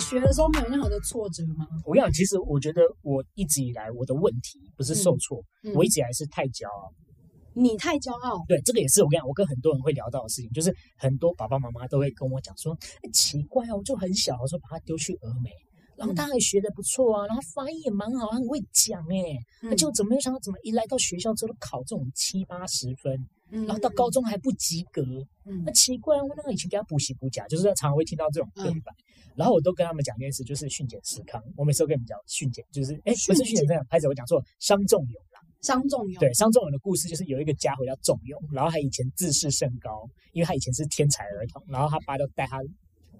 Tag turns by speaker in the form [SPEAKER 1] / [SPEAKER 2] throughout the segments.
[SPEAKER 1] 学的时候没有任何的挫折吗？
[SPEAKER 2] 我跟你讲，其实我觉得我一直以来我的问题不是受挫，
[SPEAKER 1] 嗯嗯
[SPEAKER 2] 我一直以来是太骄傲。
[SPEAKER 1] 你太骄傲，
[SPEAKER 2] 对，这个也是我跟你讲，我跟很多人会聊到的事情，就是很多爸爸妈妈都会跟我讲说，哎奇怪啊，我就很小的时候把他丢去峨眉，然
[SPEAKER 1] 嗯
[SPEAKER 2] 后他还学的不错啊，然后发音也蛮好，很会讲哎、
[SPEAKER 1] 嗯
[SPEAKER 2] 那就怎么没想到怎么一来到学校之后都考这种七八十分，
[SPEAKER 1] 嗯
[SPEAKER 2] 然后到高中还不及格，
[SPEAKER 1] 嗯
[SPEAKER 2] 那奇怪啊，我那个以前给他补习补假，就是常常会听到这种对白。然后我都跟他们讲一件事，就是训减思康。我每次都跟你们讲训减，就是哎，不是
[SPEAKER 1] 训嗯
[SPEAKER 2] 训减
[SPEAKER 1] 诫
[SPEAKER 2] 这样，开始我讲错，伤仲永啦。
[SPEAKER 1] 伤仲永，
[SPEAKER 2] 对，伤仲永的故事就是有一个家伙叫仲永，然后他以前自视甚高，因为他以前是天才儿童，然后他爸就带他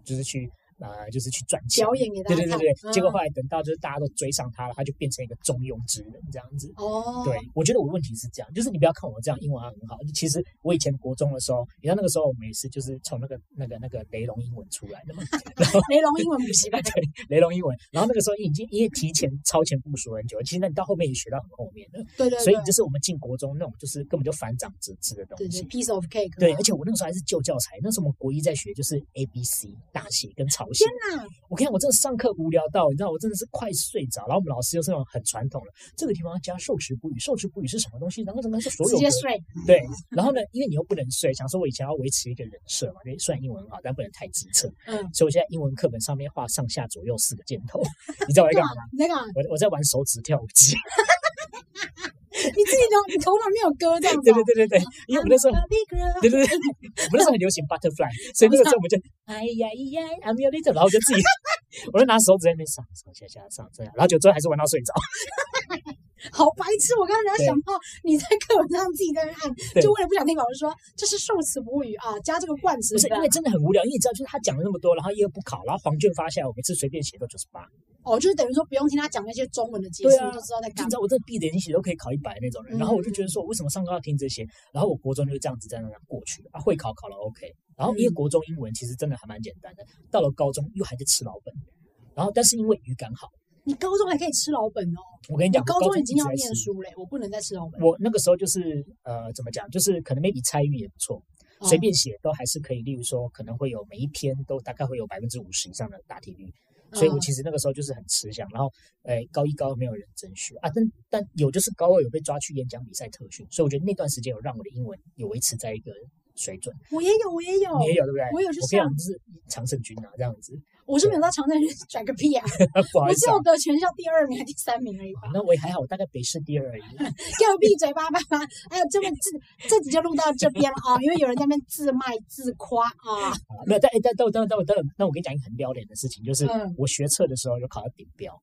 [SPEAKER 2] 就是去呃，就是去赚钱
[SPEAKER 1] 表。演给大
[SPEAKER 2] 对
[SPEAKER 1] 家
[SPEAKER 2] 对对
[SPEAKER 1] 看，
[SPEAKER 2] 对，结果
[SPEAKER 1] 嗯
[SPEAKER 2] 后来等到就是大家都追上他了，他就变成一个中庸之人这样子。
[SPEAKER 1] 哦，
[SPEAKER 2] 对，我觉得我问题是这样，就是你不要看我这样英文还很好，其实我以前国中的时候，你知道那个时候我们也是就是从那个那个那个雷龙英文出来的嘛，
[SPEAKER 1] 雷龙英文补习班，
[SPEAKER 2] 雷龙英文，然后那个时候已经因为提前超前部署很久，其实那你到后面也学到很后面的，
[SPEAKER 1] 对对对，
[SPEAKER 2] 所以就是我们进国中那种就是根本就反掌折枝的
[SPEAKER 1] 对
[SPEAKER 2] 东
[SPEAKER 1] 对
[SPEAKER 2] 西。
[SPEAKER 1] piece of cake，
[SPEAKER 2] 对，
[SPEAKER 1] 嘛
[SPEAKER 2] 而且我那个时候还是旧教材，那时候我们国一在学就是 A B C 大写跟草写
[SPEAKER 1] 天。哪，
[SPEAKER 2] 我跟你讲，我真的上课无聊到，你知道，我真的是快睡着。然后我们老师又是那种很传统的，这个地方要加受持补语，受持补语是什么东西？然后整个是所有
[SPEAKER 1] 直接
[SPEAKER 2] 格
[SPEAKER 1] 睡，
[SPEAKER 2] 对，然后呢，因为你又不能睡，想说我以前要维持一个人设嘛，就虽然英文很好，但不能太机车，
[SPEAKER 1] 嗯，
[SPEAKER 2] 所以我现在英文课本上面画上下左右四个箭头。 你知道我在干嘛吗？
[SPEAKER 1] 你在干嘛？
[SPEAKER 2] 我我在玩手指跳舞机。
[SPEAKER 1] 你自己的头发没有割这样子
[SPEAKER 2] 对
[SPEAKER 1] 哦，
[SPEAKER 2] 对对对对，因为我们那时候
[SPEAKER 1] I'm a big girl
[SPEAKER 2] 对对对，我们那时候很流行 butterfly，所以那个时候我们
[SPEAKER 1] 哦
[SPEAKER 2] 就
[SPEAKER 1] 啊
[SPEAKER 2] 哎呀呀，I'm your little，然后我就自己， 我就拿手指在那边上上下下上这样，然后就最后还是玩到睡着。
[SPEAKER 1] 好白痴！我刚才在
[SPEAKER 2] 对
[SPEAKER 1] 想到你在课本上自己在那按，
[SPEAKER 2] 对
[SPEAKER 1] 就为了不想听老师说这是受此不语啊，加这个冠词
[SPEAKER 2] 不是
[SPEAKER 1] 吧
[SPEAKER 2] 因为真的很无聊，因为你知道，就是他讲了那么多，然后又不考，然后黄卷发下来，我每次随便写都九十八。
[SPEAKER 1] 哦，就是等于说不用听他讲那些中文的解释，
[SPEAKER 2] 对啊
[SPEAKER 1] 你就知道在
[SPEAKER 2] 就
[SPEAKER 1] 干
[SPEAKER 2] 你知
[SPEAKER 1] 嘛。
[SPEAKER 2] 道我这闭着眼睛写都可以考一百那种人，然后我就
[SPEAKER 1] 嗯
[SPEAKER 2] 觉得说，我为什么上课要听这些？然后我国中就这样子在那样过去啊，会考考了 OK，然后因为
[SPEAKER 1] 嗯
[SPEAKER 2] 国中英文其实真的还蛮简单的，到了高中又还是吃老本，然后但是因为语感好，
[SPEAKER 1] 你高中还可以吃老本哦，
[SPEAKER 2] 我跟你
[SPEAKER 1] 我
[SPEAKER 2] 讲，
[SPEAKER 1] 高
[SPEAKER 2] 我中
[SPEAKER 1] 中已经
[SPEAKER 2] 一
[SPEAKER 1] 要
[SPEAKER 2] 直在
[SPEAKER 1] 念
[SPEAKER 2] 吃。
[SPEAKER 1] 书嘞，我不能再吃老本。
[SPEAKER 2] 我那个时候就是呃，怎么讲，就是可能 maybe 猜语也不错，
[SPEAKER 1] 哦
[SPEAKER 2] 随便写都还是可以。例如说，可能会有每一篇都大概会有百分之五十以上的答题率，所以我
[SPEAKER 1] 嗯
[SPEAKER 2] 其实那个时候就是很吃香。然后，哎，高一高二没有认真学啊，但但有就是高二有被抓去演讲比赛特训，所以我觉得那段时间有让我的英文有维持在一个水准。
[SPEAKER 1] 我也有，我也有，
[SPEAKER 2] 你也有对不对？
[SPEAKER 1] 哦我有去
[SPEAKER 2] 我跟你
[SPEAKER 1] 上
[SPEAKER 2] 讲，就是常胜军啊，这样 子。
[SPEAKER 1] 我是没有到长城转个屁啊！
[SPEAKER 2] 不好
[SPEAKER 1] 我
[SPEAKER 2] 意思
[SPEAKER 1] 只
[SPEAKER 2] 啊、
[SPEAKER 1] 有得全校第二名还是第三名而已吧。
[SPEAKER 2] 那我也还好，我大概北市第二而已。啊
[SPEAKER 1] 给我闭嘴吧，爸爸！哎呀，这么自这集就录到这边了啊，因为有人在那边自卖自夸啊。
[SPEAKER 2] 啊没有，但哎但但但但但那我跟你讲一个很撩脸的事情，就是
[SPEAKER 1] 嗯
[SPEAKER 2] 我学测的时候有考到顶标。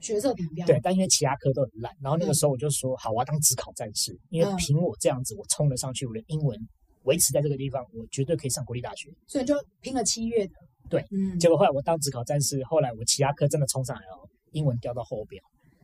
[SPEAKER 1] 学测顶标，
[SPEAKER 2] 对，但因为其他科都很烂，然后那个
[SPEAKER 1] 嗯
[SPEAKER 2] 时候我就说，好，我要当职考战士，因为
[SPEAKER 1] 嗯
[SPEAKER 2] 凭我这样子，我冲了上去，我的英文维持在这个地方，我绝对可以上国立大学。
[SPEAKER 1] 所以就拼了七月的。
[SPEAKER 2] 对，
[SPEAKER 1] 嗯，
[SPEAKER 2] 结果后来我当职考战士，后来我其他科真的冲上来了，英文掉到后边。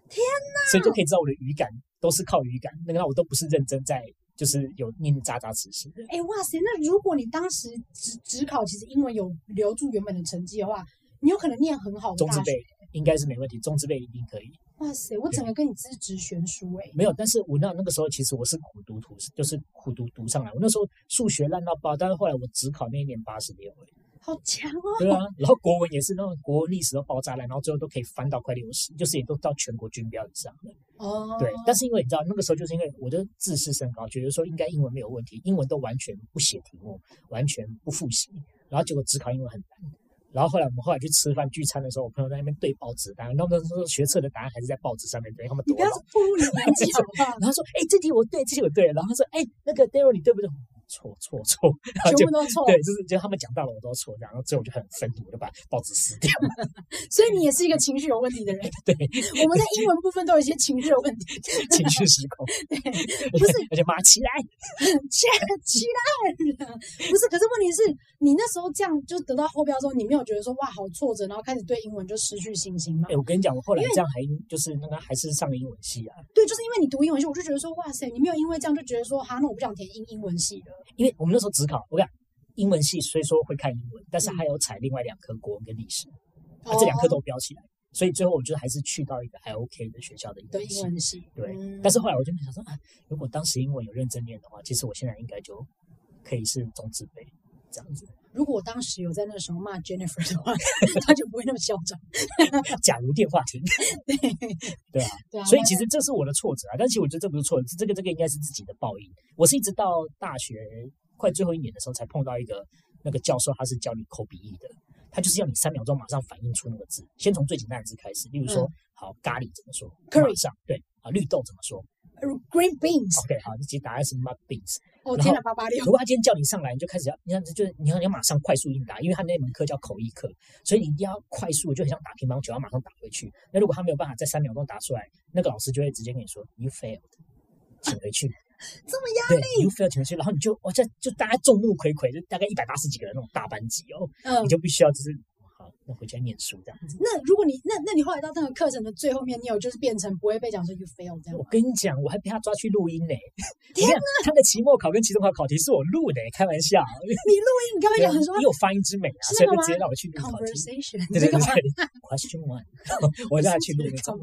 [SPEAKER 1] 天
[SPEAKER 2] 哪！所以就可以知道我的语感都是靠语感，那个我都不是认真在，就是有念念扎扎实实的。
[SPEAKER 1] 哎、哇塞！那如果你当时只只考，其实英文有留住原本的成绩的话，你有可能念很好的
[SPEAKER 2] 中字
[SPEAKER 1] 大学
[SPEAKER 2] 辈。应该是没问题，中字辈一定可以。
[SPEAKER 1] 哇塞！我整个跟你资质悬殊哎、
[SPEAKER 2] 没有，但是我那那个时候其实我是苦读读，就是苦读读上来。我那时候数学烂到爆，但是后来我只考那一年八十六，
[SPEAKER 1] 好强哦！
[SPEAKER 2] 对啊，然后国文也是那种国文历史都爆炸烂，然后最后都可以翻到快六十，就是也都到全国军标以上了。
[SPEAKER 1] 哦，
[SPEAKER 2] 对，但是因为你知道那个时候就是因为我的自视甚高，觉得说应该英文没有问题，英文都完全不写题目，完全不复习，然后结果只考英文很难。然后后来我们后来去吃饭聚餐的时候，我朋友在那边对报纸答案，他们说学测的答案还是在报纸上面对，他们
[SPEAKER 1] 你
[SPEAKER 2] 多
[SPEAKER 1] 不要
[SPEAKER 2] 老
[SPEAKER 1] 暴露你年纪好 不好？
[SPEAKER 2] 然后说，哎、这题我对，这题我对了。然后他说，哎、那个 Daryl 你对不对？错错 错，然后就
[SPEAKER 1] 全部都错，
[SPEAKER 2] 对，就是就他们讲到了我都错，然后最后我就很愤怒，我就把报纸撕掉。
[SPEAKER 1] 所以你也是一个情绪有问题的人。
[SPEAKER 2] 对，
[SPEAKER 1] 我们在英文部分都有一些情绪有问题，
[SPEAKER 2] 情绪失控，
[SPEAKER 1] 不是，
[SPEAKER 2] 而且骂起来，
[SPEAKER 1] 切期待了。不是，可是问题是你那时候这样就得到后标之后，你没有觉得说哇好挫折，然后开始对英文就失去信心吗
[SPEAKER 2] 哎、？我跟你讲，我后来
[SPEAKER 1] 因为
[SPEAKER 2] 这样还就是那个还是上了英文系啊，
[SPEAKER 1] 对，就是因为你读英文系，我就觉得说，哇塞，你没有因为这样就觉得说，哈，那我不想填英英文系了。
[SPEAKER 2] 因为我们那时候只考，我跟你讲，英文系虽说会看英文，但是还有踩另外两科国文跟历史，啊，这两科
[SPEAKER 1] 嗯哦
[SPEAKER 2] 都标起来，所以最后我觉得还是去到一个还 OK 的学校的英
[SPEAKER 1] 对
[SPEAKER 2] 文
[SPEAKER 1] 英
[SPEAKER 2] 系。
[SPEAKER 1] 文系，
[SPEAKER 2] 对
[SPEAKER 1] 嗯
[SPEAKER 2] 但是后来我就想说，啊，如果当时英文有认真念的话，其实我现在应该就可以是中字辈这样子。
[SPEAKER 1] 如果我当时有在那时候骂 Jennifer 的话， 他就不会那么嚣张。
[SPEAKER 2] 假如电话亭，对啊，
[SPEAKER 1] 对啊，
[SPEAKER 2] 所以其
[SPEAKER 1] 实
[SPEAKER 2] 实这是我的挫折啊，但其实我觉得这不是挫折，这个这个应该是自己的报应。我是一直到大学快最后一年的时候才碰到一个那个教授，他是教你口笔译的，他就是要你三秒钟马上反应出那个字，先从最简单的字开始，例如说、
[SPEAKER 1] 嗯
[SPEAKER 2] 好咖喱怎么说
[SPEAKER 1] Curry
[SPEAKER 2] 马上对啊绿豆怎么说
[SPEAKER 1] Green 呃 Beans，
[SPEAKER 2] OK 好，你直接答案是 mud beans。
[SPEAKER 1] 哦
[SPEAKER 2] 然
[SPEAKER 1] 天
[SPEAKER 2] 后
[SPEAKER 1] 哪，八八六
[SPEAKER 2] 如，果他今天叫你上来，你就开始要，你看就是你要你要马上快速应答，因为他那门课叫口译课，所以你一定要快速，就很像打乒乓球，要马上打回去。那如果他没有办法在三秒钟答出来，那个老师就会直接跟你说 “you failed”，请回去。
[SPEAKER 1] 这么压，
[SPEAKER 2] 对，you failed，请回去。然后你就哇，这就大家众目睽睽，就大概一百八十几个人那种大班级哦，
[SPEAKER 1] 嗯
[SPEAKER 2] 你，就必须要就是好，那回家念书这样子。
[SPEAKER 1] 那如果你那那你后来到那个课程的最后面，你有就是变成不会被讲说 you fail 这样
[SPEAKER 2] 我
[SPEAKER 1] 吗？
[SPEAKER 2] 跟你讲，我还被他抓去录音呢。
[SPEAKER 1] 嗯天啊
[SPEAKER 2] 哪！他的期末考跟期中考考题是我录的，开玩笑。
[SPEAKER 1] 你录哎音，你刚才
[SPEAKER 2] 对啊
[SPEAKER 1] 讲说
[SPEAKER 2] 你有发音之美啊，
[SPEAKER 1] 是
[SPEAKER 2] 所以
[SPEAKER 1] 那
[SPEAKER 2] 就
[SPEAKER 1] 个
[SPEAKER 2] 直接
[SPEAKER 1] 吗
[SPEAKER 2] 让我去录考题。
[SPEAKER 1] conversation，
[SPEAKER 2] 对对
[SPEAKER 1] 这
[SPEAKER 2] 对
[SPEAKER 1] 个
[SPEAKER 2] 对
[SPEAKER 1] 吗
[SPEAKER 2] ，Question One，我 让他 去录那种。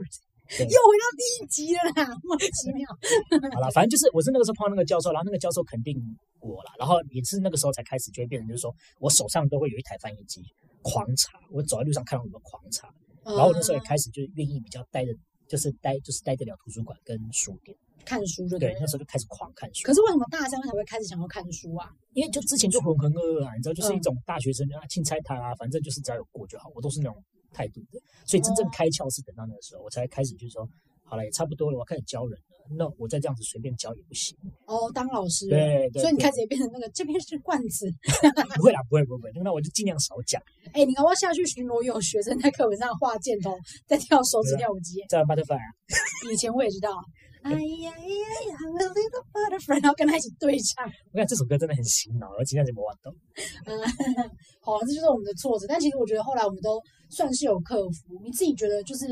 [SPEAKER 1] 又回到第一集了啦，莫名其妙。
[SPEAKER 2] 好了，反正就是我是那个时候碰到那个教授，然后那个教授肯定我了，然后也是那个时候才开始就会变成，就是说我手上都会有一台翻译机，狂查，我走在路上看到什么狂查， 然后我那时候也
[SPEAKER 1] 嗯
[SPEAKER 2] 开始就愿意比较待着，就是待就是待得了图书馆跟书店，
[SPEAKER 1] 看书就对
[SPEAKER 2] 对，
[SPEAKER 1] 了
[SPEAKER 2] 那。时候就开始狂看书
[SPEAKER 1] 可，是为什么大三才会开始想要看书啊？
[SPEAKER 2] 因为就之前就浑浑噩噩啊，你知道，就是一
[SPEAKER 1] 嗯
[SPEAKER 2] 种大学生啊，钦差他啊，反正就是只要有过就好，我都是那种态度的，所以真正
[SPEAKER 1] 哦
[SPEAKER 2] 开窍是等到那个时候，我才开始就是说，好了，也差不多了，我要开始教人了，那我再这样子随便教也不行。
[SPEAKER 1] 哦，当老师了，
[SPEAKER 2] 对对
[SPEAKER 1] 所以你
[SPEAKER 2] 对
[SPEAKER 1] 开始也变成那个这边是罐子。
[SPEAKER 2] 不会啦，不会不会，不会，那我就尽量少讲。
[SPEAKER 1] 哎，你搞不好下去巡逻，有学生在课本上画箭头，在跳手指
[SPEAKER 2] 对啊
[SPEAKER 1] 跳舞机。
[SPEAKER 2] 这样 butterfly 啊，
[SPEAKER 1] 以前我也知道，哎呀呀呀，I'm a little butterfly，然后跟他一起对唱。
[SPEAKER 2] 我看这首歌真的很洗脑，我今天就没玩到。
[SPEAKER 1] 好，这就是我们的挫折。但其实我觉得后来我们都算是有克服。你自己觉得就是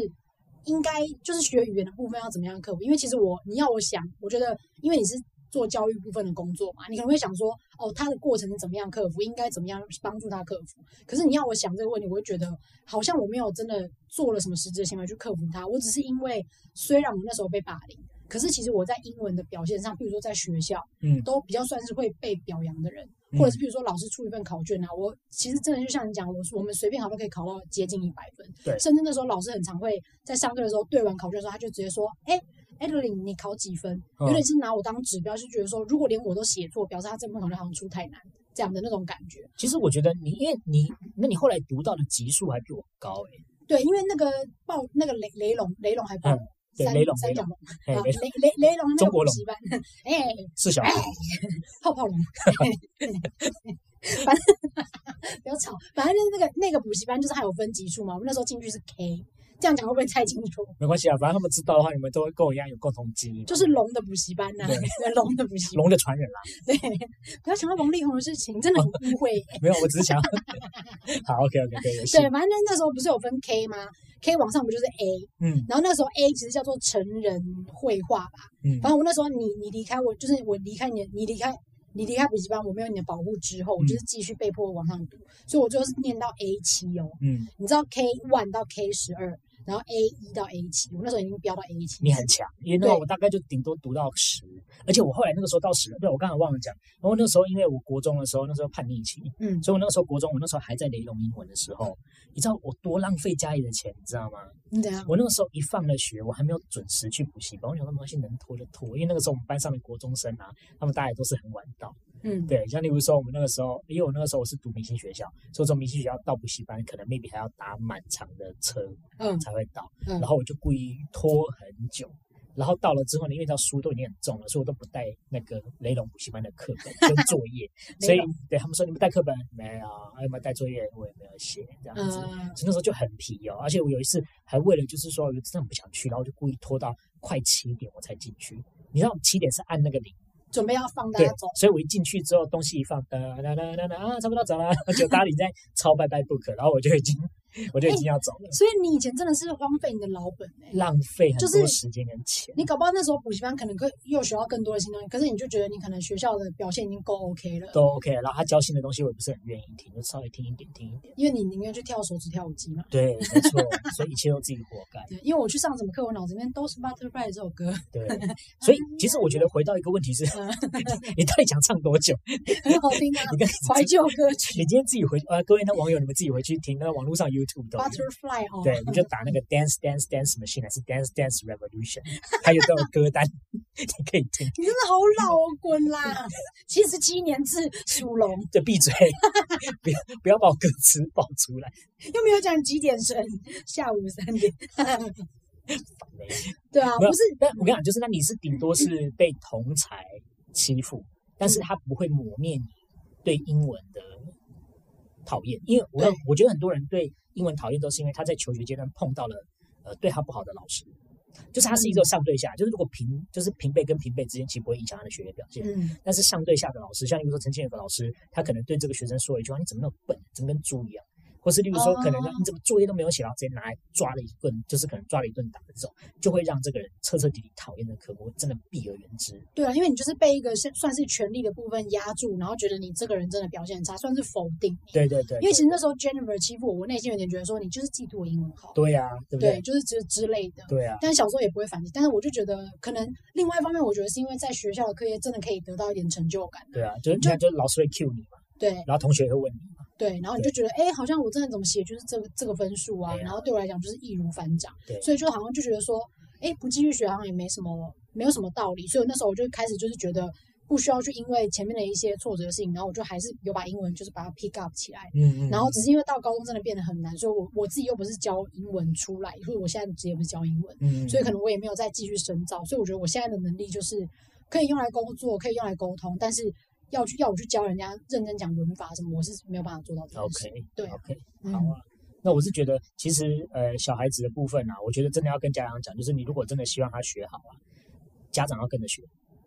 [SPEAKER 1] 应该就是学语言的部分要怎么样克服？因为其实我你要我想，我觉得因为你是做教育部分的工作嘛，你可能会想说，哦，他的过程是怎么样克服，应该怎么样帮助他克服。可是你要我想这个问题，我会觉得好像我没有真的做了什么实质的行为去克服它，我只是因为虽然我那时候被霸凌。可是其实我在英文的表现上，比如说在学校，
[SPEAKER 2] 嗯
[SPEAKER 1] 都比较算是会被表扬的人，
[SPEAKER 2] 嗯
[SPEAKER 1] 或者是比如说老师出一份考卷啊，我其实真的就像你讲，我我们随便考都可以考到接近一百分，
[SPEAKER 2] 对
[SPEAKER 1] 甚至那时候老师很常会在上课的时候对完考卷的时候，他就直接说，哎、艾 e 琳，你考几分？
[SPEAKER 2] 嗯
[SPEAKER 1] 有点是拿我当指标，是觉得说，如果连我都写错，表示他这份考卷好像出太难，这样的那种感觉。
[SPEAKER 2] 其实我觉得你，因为你，那你后来读到的级数还比我高欸诶、
[SPEAKER 1] 对，因为那个暴那个雷雷龙雷龙还暴
[SPEAKER 2] 嗯对
[SPEAKER 1] 三
[SPEAKER 2] 雷龙
[SPEAKER 1] 三
[SPEAKER 2] 雷
[SPEAKER 1] 角
[SPEAKER 2] 龙
[SPEAKER 1] 龙
[SPEAKER 2] 欸，
[SPEAKER 1] 啊
[SPEAKER 2] 嘿，没
[SPEAKER 1] 雷雷雷龙那
[SPEAKER 2] 中
[SPEAKER 1] 个
[SPEAKER 2] 国
[SPEAKER 1] 补
[SPEAKER 2] 龙
[SPEAKER 1] 习班， 哎、
[SPEAKER 2] 四小时，
[SPEAKER 1] 泡泡龙，反正不要吵，反正就是那个那个补习班就是还有分级数嘛。我们那时候进去是 K，这样讲会不会太清楚？
[SPEAKER 2] 没关系啊，反正他们知道的话，你们都会跟我一样有共同基因，
[SPEAKER 1] 就是龙的补习班呐、龙的补习班。
[SPEAKER 2] 龙的传人啦。
[SPEAKER 1] 对，不要想到王力宏的事情，真的很误会。
[SPEAKER 2] 没有，我只是 想要，好，OK OK，可以，有戏
[SPEAKER 1] 对，反正那时候不是有分 K 吗？K 往上不就是 A？
[SPEAKER 2] 嗯
[SPEAKER 1] 然后那时候 A 其实叫做成人绘画吧。
[SPEAKER 2] 嗯
[SPEAKER 1] 反正我那时候你你离开我，就是我离开你，你离开你离开补习班，我没有你的保护之后，我就是继续被迫往上读，所以我最后是念到 A 七哦。
[SPEAKER 2] 嗯，
[SPEAKER 1] 你知道 K one 到 K 十二，然后 A 一到 A 七，我那时候已经飙到 A 七。
[SPEAKER 2] 你很强，因为那
[SPEAKER 1] 对
[SPEAKER 2] 我大概就顶多读到十，而且我后来那个时候到十了，对我刚才忘了讲，然后那时候因为我国中的时候，那时候叛逆期，
[SPEAKER 1] 嗯，
[SPEAKER 2] 所以我那个时候国中，我那时候还在雷龙英文的时候，你知道我多浪费家里的钱，你知道吗？
[SPEAKER 1] 你怎样？
[SPEAKER 2] 我那个时候一放了学，我还没有准时去补习班，我想说没关系，能拖就拖，因为那个时候我们班上的国中生啊，他们大家也都是很晚到。
[SPEAKER 1] 嗯，
[SPEAKER 2] 对，像例如说我们那个时候，因为我那个时候我是读明星学校，所以从明星学校到补习班，可能 maybe 还要搭蛮长的车
[SPEAKER 1] 嗯
[SPEAKER 2] 才会到，
[SPEAKER 1] 嗯
[SPEAKER 2] 然后我就故意拖很久。然后到了之后呢，因为到书都已经很重了，所以我都不带那个雷龙补习班的课本跟作 业，所
[SPEAKER 1] 雷
[SPEAKER 2] 以
[SPEAKER 1] 龙
[SPEAKER 2] 对他们说你们带课本没有，还有没有带作业，我也没有写这样子。
[SPEAKER 1] 呃，
[SPEAKER 2] 所以那时候就很皮哦，而且我有一次还为了就是说，我真的很不想去，然后我就故意拖到快七点我才进去。你知道七点是按那个铃，
[SPEAKER 1] 准备要放大
[SPEAKER 2] 对
[SPEAKER 1] 家走，，
[SPEAKER 2] 所以我一进去之 后，东西一放，哒哒哒哒哒啊，差不多走了，然后就大家已经在抄拜拜 book，然后我就已经我就已经
[SPEAKER 1] 哎
[SPEAKER 2] 要走了，
[SPEAKER 1] 所以你以前真的是荒废你的老本哎、
[SPEAKER 2] 浪费很
[SPEAKER 1] 就是
[SPEAKER 2] 多时间跟钱。
[SPEAKER 1] 你搞不好那时候补习班可能可以又学到更多的新东西，可是你就觉得你可能学校的表现已经够 OK 了，
[SPEAKER 2] 都 OK，然后他教新的东西我也不是很愿意听，就稍微听一点听一点。
[SPEAKER 1] 因为你宁愿去跳手指跳舞机嘛。
[SPEAKER 2] 对，没错，所以一切都自己活该。
[SPEAKER 1] 对，因为我去上什么课，我脑子里面都是 Butterfly 这首歌，
[SPEAKER 2] 对， 所以其实我觉得回到一个问题是，
[SPEAKER 1] 嗯
[SPEAKER 2] 你到底想唱多久？
[SPEAKER 1] 很好听啊
[SPEAKER 2] 你，看，
[SPEAKER 1] 怀旧歌曲
[SPEAKER 2] 你今天自己回呃，各位那网友你们自己回去听，那网络上 YouTube 都有。
[SPEAKER 1] Butterfly 哦，
[SPEAKER 2] 对，你就打那个 Dance Dance Dance Machine 还是 Dance Dance Revolution，它 有都有歌单，你可以听。
[SPEAKER 1] 你真的好老哦，滚啦！七十七年制属龙，
[SPEAKER 2] 就闭嘴， 不要不要把我歌词爆出来。
[SPEAKER 1] 又没有讲几点神，下午三点。对啊，
[SPEAKER 2] 没有
[SPEAKER 1] 不是嗯
[SPEAKER 2] 但我跟你讲，就是那你是顶多是被同才欺负，但是他不会磨灭你对英文的讨厌，因为我
[SPEAKER 1] 对
[SPEAKER 2] 我觉得很多人对英文讨厌都是因为他在求学阶段碰到了呃对他不好的老师，就是他是
[SPEAKER 1] 嗯
[SPEAKER 2] 一种上对下，就是如果平就是平辈跟平辈之间其实不会影响他的学业表现。
[SPEAKER 1] 嗯，
[SPEAKER 2] 但是上对下的老师，像比如说陈建远的老师，他可能对这个学生说了一句话：“你怎么那么笨，怎么跟猪一样？”或是例如说，可能
[SPEAKER 1] 哦
[SPEAKER 2] 你怎么作业都没有写，然后直接拿来抓了一顿，就是可能抓了一顿打的这种，就会让这个人彻彻底底讨厌的科目，真的避而远之。
[SPEAKER 1] 对啊，因为你就是被一个是算是权力的部分压住，然后觉得你这个人真的表现很差，算是否定你。
[SPEAKER 2] 对对对，
[SPEAKER 1] 因为其实那时候 Jennifer 欺负我，我内心有点觉得说你就是嫉妒我英文好，
[SPEAKER 2] 对呀、对不对？
[SPEAKER 1] 就是之之类的。
[SPEAKER 2] 对呀、啊
[SPEAKER 1] 但小时候也不会反击，但是我就觉得可能另外一方面，我觉得是因为在学校的课业真的可以得到一点成就感。
[SPEAKER 2] 对啊，就是你看，就是老师会 cue 你嘛，
[SPEAKER 1] 对
[SPEAKER 2] 然后同学也会问你嘛，
[SPEAKER 1] 对，然后你就觉得哎、诶好像我真的怎么写就是这个这个分数啊，
[SPEAKER 2] 对啊
[SPEAKER 1] 然后对我来讲就是易如反掌，
[SPEAKER 2] 对
[SPEAKER 1] 所以就好像就觉得说，哎、不继续学好像也没什么没有什么道理，所以那时候我就开始就是觉得。不需要去因为前面的一些挫折性，然后我就还是有把英文就是把它 pick up 起来，
[SPEAKER 2] 嗯嗯，
[SPEAKER 1] 然后只是因为到高中真的变得很难，所以我我自己又不是教英文出来，所以我现在直接不是教英文，
[SPEAKER 2] 嗯，
[SPEAKER 1] 所以可能我也没有再继续深造，所以我觉得我现在的能力就是可以用来工作，可以用来沟通，但是要去要我去教人家认真讲文法什么，我是没有办法做到这件事。
[SPEAKER 2] OK
[SPEAKER 1] 对啊
[SPEAKER 2] OK
[SPEAKER 1] 嗯
[SPEAKER 2] 好啊。那我是觉得，其实呃，小孩子的部分啊，我觉得真的要跟家长讲，就是你如果真的希望他学好啊，家长要跟着学。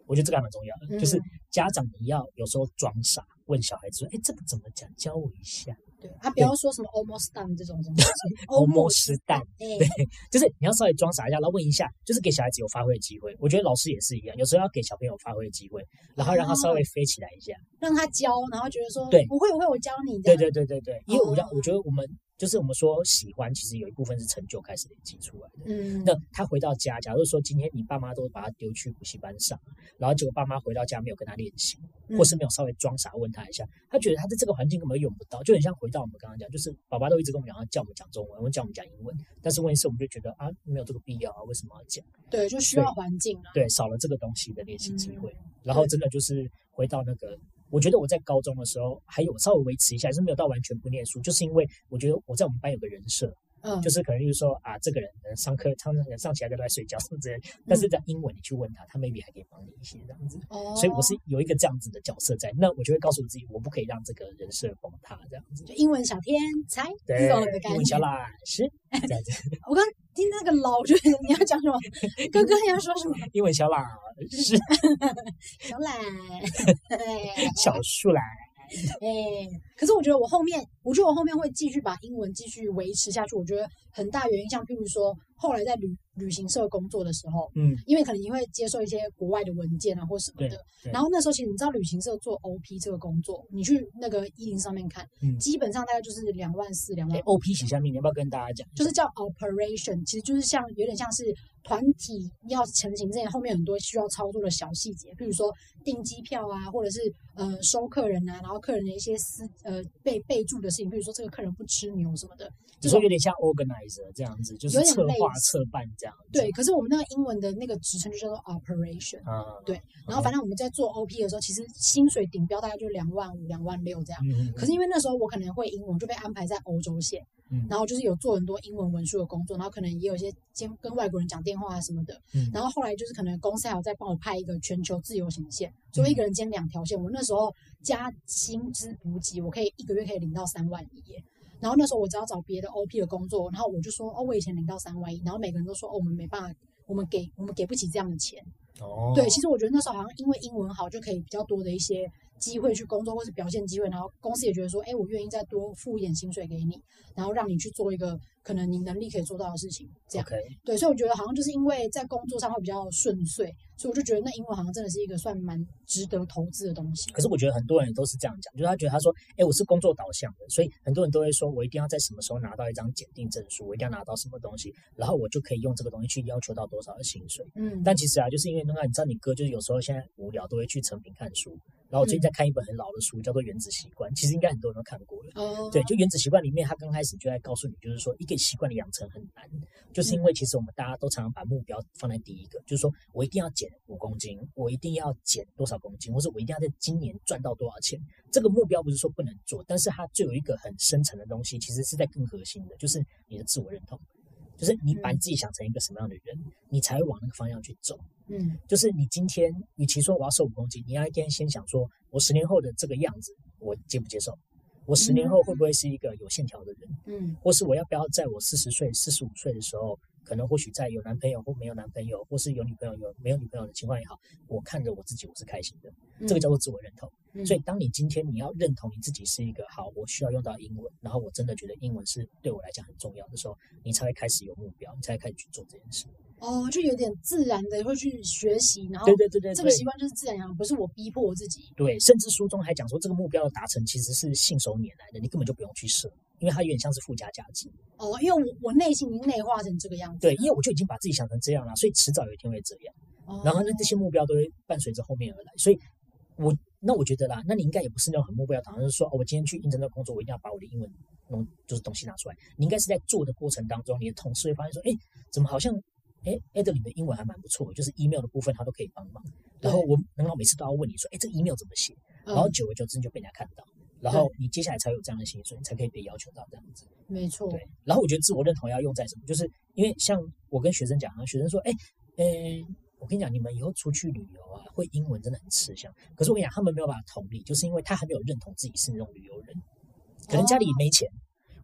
[SPEAKER 2] 我觉得这个还蛮重要的，就是
[SPEAKER 1] 嗯
[SPEAKER 2] 家长你要有时候装傻，问小孩子说：“哎，这个怎么讲？教我一下。
[SPEAKER 1] 对，啊，不要说什么 almost done 这种东 西
[SPEAKER 2] Almost done，
[SPEAKER 1] 哎，
[SPEAKER 2] 就是你要稍微装傻一下，然后问一下，就是给小孩子有发挥的机会。我觉得老师也是一样，有时候要给小朋友发挥的机会，然后让他
[SPEAKER 1] 哦
[SPEAKER 2] 稍微飞起来一下。
[SPEAKER 1] 让他教，然后觉得说
[SPEAKER 2] 对
[SPEAKER 1] 我会我会我教你的，
[SPEAKER 2] 对对对对对，因为
[SPEAKER 1] 哦
[SPEAKER 2] 我觉得我觉得我们就是我们说喜欢，其实有一部分是成就开始累积出来的。
[SPEAKER 1] 嗯，
[SPEAKER 2] 那他回到家，假如说今天你爸妈都把他丢去补习班上，然后结果爸妈回到家没有跟他练习，
[SPEAKER 1] 嗯
[SPEAKER 2] 或是没有稍微装傻问他一下，他觉得他在这个环境根本用不到，就很像回到我们刚刚讲，就是爸爸都一直跟我们讲要叫我们讲中文，我们叫我们讲英文，但是问题是我们就觉得啊没有这个必要啊，为什么要讲？
[SPEAKER 1] 对，就需要环境啊，
[SPEAKER 2] 对，少了这个东西的练习机会，
[SPEAKER 1] 嗯
[SPEAKER 2] 然后真的就是回到那个。我觉得我在高中的时候还有稍微维持一下，还是没有到完全不念书，就是因为我觉得我在我们班有个人设，
[SPEAKER 1] 嗯，
[SPEAKER 2] 就是可能就是说啊，这个人可能上课上上上起来都在睡觉什么之类的，但是在英文你去问他，他 maybe 还可以帮你一些这样子。
[SPEAKER 1] 嗯哦，
[SPEAKER 2] 所以我是有一个这样子的角色在，那我就会告诉我自己，我不可以让这个人设崩塌这样子。
[SPEAKER 1] 就英文小天才
[SPEAKER 2] 对
[SPEAKER 1] 这种的，感
[SPEAKER 2] 英文
[SPEAKER 1] 觉
[SPEAKER 2] 小。老师这样子，
[SPEAKER 1] 我刚听那个老，我 觉得你要讲什么，哥哥你要说什 么，
[SPEAKER 2] 英文小老 师，
[SPEAKER 1] 小懒，哎
[SPEAKER 2] 小树懒，
[SPEAKER 1] 哎，可是我觉得我后面，我觉得我后面会继续把英文继续维持下去。我觉得很大原因，像譬如说，后来在旅旅行社工作的时候，
[SPEAKER 2] 嗯，
[SPEAKER 1] 因为可能你会接受一些国外的文件啊或什么
[SPEAKER 2] 对
[SPEAKER 1] 的，
[SPEAKER 2] 对
[SPEAKER 1] 然后那时候其实你知道，旅行社做 OP 这个工作，你去那个一零上面看，
[SPEAKER 2] 嗯
[SPEAKER 1] 基本上大概就是两万四、两
[SPEAKER 2] 哎
[SPEAKER 1] 万
[SPEAKER 2] ，OP 写下面，你要不要跟大家讲？
[SPEAKER 1] 就是叫 operation，其实就是像有点像是团体要成型之前，后面很多需要操作的小细节，比如说订机票啊，或者是呃收客人啊，然后客人的一些私呃备备注的事情，比如说这个客人不吃牛什么的，
[SPEAKER 2] 你
[SPEAKER 1] 这
[SPEAKER 2] 说
[SPEAKER 1] 种
[SPEAKER 2] 有点像 organizer 这样子，就是
[SPEAKER 1] 有点
[SPEAKER 2] 策
[SPEAKER 1] 类
[SPEAKER 2] 划、
[SPEAKER 1] 似
[SPEAKER 2] 策办这样子。
[SPEAKER 1] 对。可是我们那个英文的那个职称就叫做 operation。
[SPEAKER 2] 啊，
[SPEAKER 1] 对然后反正我们在做 OP 的时候，其实薪水顶标大概就两万五、两万六这样。
[SPEAKER 2] 嗯，嗯
[SPEAKER 1] 可是因为那时候我可能会英文，就被安排在欧洲线，
[SPEAKER 2] 嗯
[SPEAKER 1] 然后就是有做很多英文文书的工作，然后可能也有一些兼跟外国人讲电话啊什么的。
[SPEAKER 2] 嗯
[SPEAKER 1] 然后后来就是可能公司还有在帮我派一个全球自由行线，
[SPEAKER 2] 嗯
[SPEAKER 1] 所以我一个人兼两条线。我那时候加薪资补给，我可以一个月可以领到三万一耶。然后那时候我只要找别的 OP 的工作，然后我就说哦，我以前领到三万一，然后每个人都说哦，我们没办法，我们给我们给不起这样的钱。
[SPEAKER 2] 哦，
[SPEAKER 1] 对，其实我觉得那时候好像因为英文好，就可以比较多的一些机会去工作或是表现机会，然后公司也觉得说，哎，我愿意再多付一点薪水给你，然后让你去做一个可能你能力可以做到的事情，这样。
[SPEAKER 2] OK，
[SPEAKER 1] 对，所以我觉得好像就是因为在工作上会比较顺遂，所以我就觉得那英文好像真的是一个算蛮值得投资的东西。
[SPEAKER 2] 可是我觉得很多人也都是这样讲，就是他觉得他说，哎、我是工作导向的，所以很多人都会说我一定要在什么时候拿到一张检定证书，我一定要拿到什么东西，然后我就可以用这个东西去要求到多少的薪水。
[SPEAKER 1] 嗯，
[SPEAKER 2] 但其实啊，就是因为那个，你知道，你哥就是有时候现在无聊都会去成品看书，然后我最近在看一本很老的书，叫做《原子习惯》，其实应该很多人都看过了。
[SPEAKER 1] 哦，
[SPEAKER 2] 对，就原子习惯里面，他刚开始就在告诉你，就是说一个习惯的养成很难，就是因为其实我们大家都常常把目标放在第一个，就是说我一定要减五公斤，我一定要减多少公斤，或者我一定要在今年赚到多少钱。这个目标不是说不能做，但是它最有一个很深层的东西，其实是在更核心的，就是你的自我认同，就是你把你自己想成一个什么样的人，你才会往那个方向去走。
[SPEAKER 1] 嗯
[SPEAKER 2] 就是你今天，与其说我要瘦五公斤，你要先先想说，我十年后的这个样子，我接不接受？我十年后会不会是一个有线条的人？
[SPEAKER 1] 嗯
[SPEAKER 2] 或是我要不要在我四十岁、四十五岁的时候，可能或许在有男朋友或没有男朋友，或是有女朋友有没有女朋友的情况也好，我看着我自己我是开心的，
[SPEAKER 1] 嗯，
[SPEAKER 2] 这个叫做自我认同。
[SPEAKER 1] 嗯
[SPEAKER 2] 所以，当你今天你要认同你自己是一个好，我需要用到英文，然后我真的觉得英文是对我来讲很重要的时候，你才会开始有目标，你才会开始去做这件事。
[SPEAKER 1] 哦，就有点自然的会去学习，然后
[SPEAKER 2] 对对对对，
[SPEAKER 1] 哦这个
[SPEAKER 2] 对
[SPEAKER 1] 习惯就是自然养，不是我逼迫我自己。
[SPEAKER 2] 对，甚至书中还讲说，这个目标的达成其实是信手拈来的，你根本就不用去设，因为它有点像是附加价值。
[SPEAKER 1] 哦，因为我我内心已经内化成这个样子。
[SPEAKER 2] 对，因为我就已经把自己想成这样了，所以迟早有一天会这样。
[SPEAKER 1] 哦，
[SPEAKER 2] 然后呢，这些目标都会伴随着后面而来，所以我那我觉得啦，那你应该也不是那种很目标导向，就是说、哦、我今天去应征这个工作，我一定要把我的英文弄就是东西拿出来。你应该是在做的过程当中，你的同事会发现说，哎，怎么好像哎 Ed 里的英文还蛮不错的，就是 email 的部分他都可以帮忙。然后我然后每次都要问你说，哎，这个 email 怎么写？
[SPEAKER 1] 嗯
[SPEAKER 2] 然后久而久之你就被人家看到，然后你接下来才有这样的薪水，你才可以被要求到这样子。
[SPEAKER 1] 没错，
[SPEAKER 2] 对，然后我觉得自我认同要用在什么，就是因为像我跟学生讲啊，学生说，哎，呃，我跟你讲，你们以后出去旅游啊，会英文真的很吃香。可是我跟你讲，他们没有办法同理，就是因为他还没有认同自己是那种旅游人，可能家里没钱。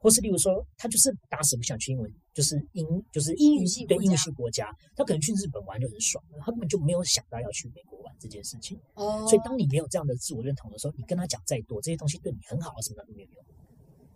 [SPEAKER 2] 或是例如说，他就是打死不想去英文，就是英就是
[SPEAKER 1] 英语系
[SPEAKER 2] 对
[SPEAKER 1] 国
[SPEAKER 2] 英语
[SPEAKER 1] 家
[SPEAKER 2] 系国家，他可能去日本玩就很爽了，他根本就没有想到要去美国玩这件事情。
[SPEAKER 1] 哦，
[SPEAKER 2] 所以当你没有这样的自我认同的时候，你跟他讲再多这些东西对你很好啊，什么的都没有用。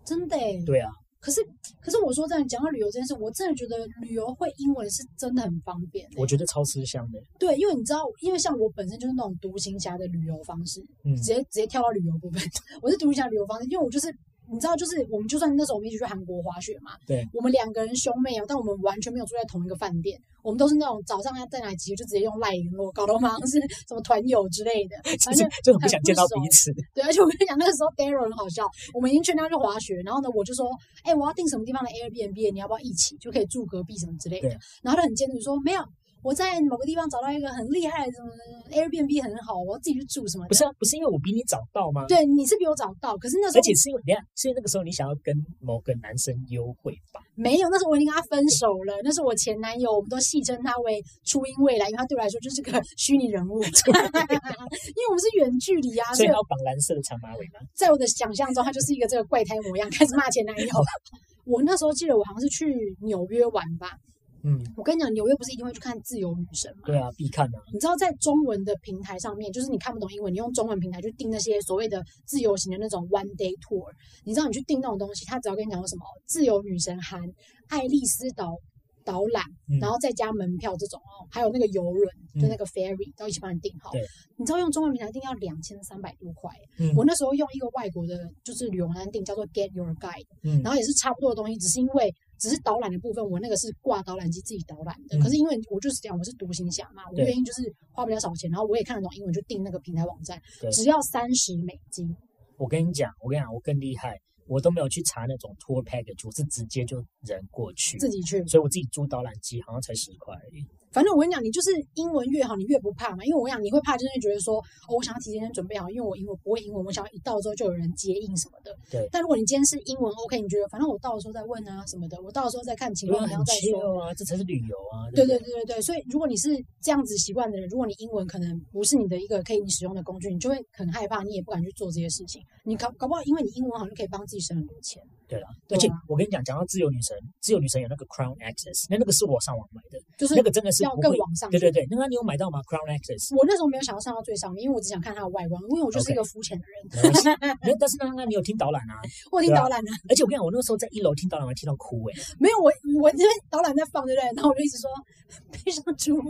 [SPEAKER 1] 真的耶
[SPEAKER 2] 对啊，
[SPEAKER 1] 可是可是我说真的，讲到旅游这件事，我真的觉得旅游会英文是真的很方便耶。
[SPEAKER 2] 我觉得超吃香的。
[SPEAKER 1] 对，因为你知道，因为像我本身就是那种独行侠的旅游方式，
[SPEAKER 2] 嗯
[SPEAKER 1] 直接直接跳到旅游部分。我是独行侠旅游方式，因为我就是你知道，就是我们就算那时候我们一起去韩国滑雪嘛，
[SPEAKER 2] 对，
[SPEAKER 1] 我们两个人兄妹啊，但我们完全没有住在同一个饭店，我们都是那种早上要在哪集就直接用赖联络，搞得我们好像是什么团友之类的，
[SPEAKER 2] 就
[SPEAKER 1] 反
[SPEAKER 2] 是
[SPEAKER 1] 正
[SPEAKER 2] 就很不
[SPEAKER 1] 很
[SPEAKER 2] 想
[SPEAKER 1] 不
[SPEAKER 2] 见到
[SPEAKER 1] 熟
[SPEAKER 2] 彼此。
[SPEAKER 1] 对，而且我跟你讲，那个时候 Darren 很好笑，我们已经去那去滑雪，然后呢，我就说，哎、我要订什么地方的 Airbnb，你要不要一起，就可以住隔壁什么之类的
[SPEAKER 2] 对。
[SPEAKER 1] 然后他很坚持说，没有，我在某个地方找到一个很厉害的什么什么 Airbnb 很好，我要自己去住什么
[SPEAKER 2] 不
[SPEAKER 1] 的。
[SPEAKER 2] 是啊，不是因为我比你早到吗？
[SPEAKER 1] 对，你是比我早到，可是那时
[SPEAKER 2] 而
[SPEAKER 1] 候
[SPEAKER 2] 且是因为等一下，是因为那个时候你想要跟某个男生幽会吧？
[SPEAKER 1] 没有，那时候我已经跟他分手了，那是我前男友，我们都戏称他为初音未来，因为他对我来说就是个 虚拟人物，因为我们是远距离啊，
[SPEAKER 2] 所
[SPEAKER 1] 所以
[SPEAKER 2] 以他要绑蓝色的长马尾吗？
[SPEAKER 1] 在我的想象中，他就是一个这个怪胎模样，开始骂前男友。 我那时候记得我好像是去纽约玩吧，
[SPEAKER 2] 嗯，
[SPEAKER 1] 我跟你讲，纽约不是一定会去看自由女神吗？
[SPEAKER 2] 对啊，必看啊。
[SPEAKER 1] 你知道在中文的平台上面，就是你看不懂英文，你用中文平台去订那些所谓的自由行的那种 one day tour，你知道你去订那种东西，他只要跟你讲说什么自由女神含爱丽丝岛导览，
[SPEAKER 2] 嗯
[SPEAKER 1] 然后再加门票这种哦，还有那个游轮，就
[SPEAKER 2] 嗯
[SPEAKER 1] 那个 ferry 都一起帮你订好
[SPEAKER 2] 对。
[SPEAKER 1] 你知道用中文平台订要两千三百多块，
[SPEAKER 2] 嗯
[SPEAKER 1] 我那时候用一个外国的，就是旅游网站订叫做 Get Your Guide。
[SPEAKER 2] 嗯
[SPEAKER 1] 然后也是差不多的东西，只是因为只是导览的部分，我那个是挂导览机自己导览的。
[SPEAKER 2] 嗯
[SPEAKER 1] 可是因为我就是讲我是独行侠嘛，我
[SPEAKER 2] 对
[SPEAKER 1] 愿意就是花比较少钱，然后我也看得懂英文，就订那个平台网站
[SPEAKER 2] 对，
[SPEAKER 1] 只要三十美金。
[SPEAKER 2] 我跟你讲，我跟你讲，我更厉害，我都没有去查那种 tour package，我是直接就人过去，
[SPEAKER 1] 自己去。
[SPEAKER 2] 所以我自己租导览机好像才十块而已。
[SPEAKER 1] 反正我跟你讲，你就是英文越好，你越不怕嘛。因为我跟你讲，你会怕就是觉得说，哦，我想要提前准备好，因为我英文不会英文，我想要一到之后就有人接应什么的。
[SPEAKER 2] 对
[SPEAKER 1] 但如果你今天是英文 OK，你觉得反正我到的时候再问啊什么的，我到的时候再看情
[SPEAKER 2] 对
[SPEAKER 1] 况，
[SPEAKER 2] 啊，
[SPEAKER 1] 你
[SPEAKER 2] 很
[SPEAKER 1] 要再说。
[SPEAKER 2] chill 啊，这才是旅游啊。
[SPEAKER 1] 对
[SPEAKER 2] 不
[SPEAKER 1] 对对对对，所以如果你是这样子习惯的人，如果你英文可能不是你的一个可以你使用的工具，你就会很害怕，你也不敢去做这些事情。你搞搞不好，因为你英文好像可以帮自己省很多钱。
[SPEAKER 2] 对了，
[SPEAKER 1] 对
[SPEAKER 2] 而且
[SPEAKER 1] 啊
[SPEAKER 2] 我跟你讲，讲到自由女神，自由女神有那个 Crown Access，那那个是我上网买的，
[SPEAKER 1] 就是
[SPEAKER 2] 那个真的是
[SPEAKER 1] 要
[SPEAKER 2] 不
[SPEAKER 1] 更
[SPEAKER 2] 会
[SPEAKER 1] 往上
[SPEAKER 2] 对对
[SPEAKER 1] 去
[SPEAKER 2] 对，那个你有买到吗？Crown Access，
[SPEAKER 1] 我那时候没有想要上到最上面，因为我只想看它的外观，因为我就是一个肤浅的人。
[SPEAKER 2] 没关系没有但是那啊那你有听导览啊？
[SPEAKER 1] 我听
[SPEAKER 2] 对啊
[SPEAKER 1] 导览啊，
[SPEAKER 2] 而且我跟你讲，我那个时候在一楼听导览，我还听到哭哎、
[SPEAKER 1] 没有我我这边导览在放对不对？然后我就一直说悲伤 之物，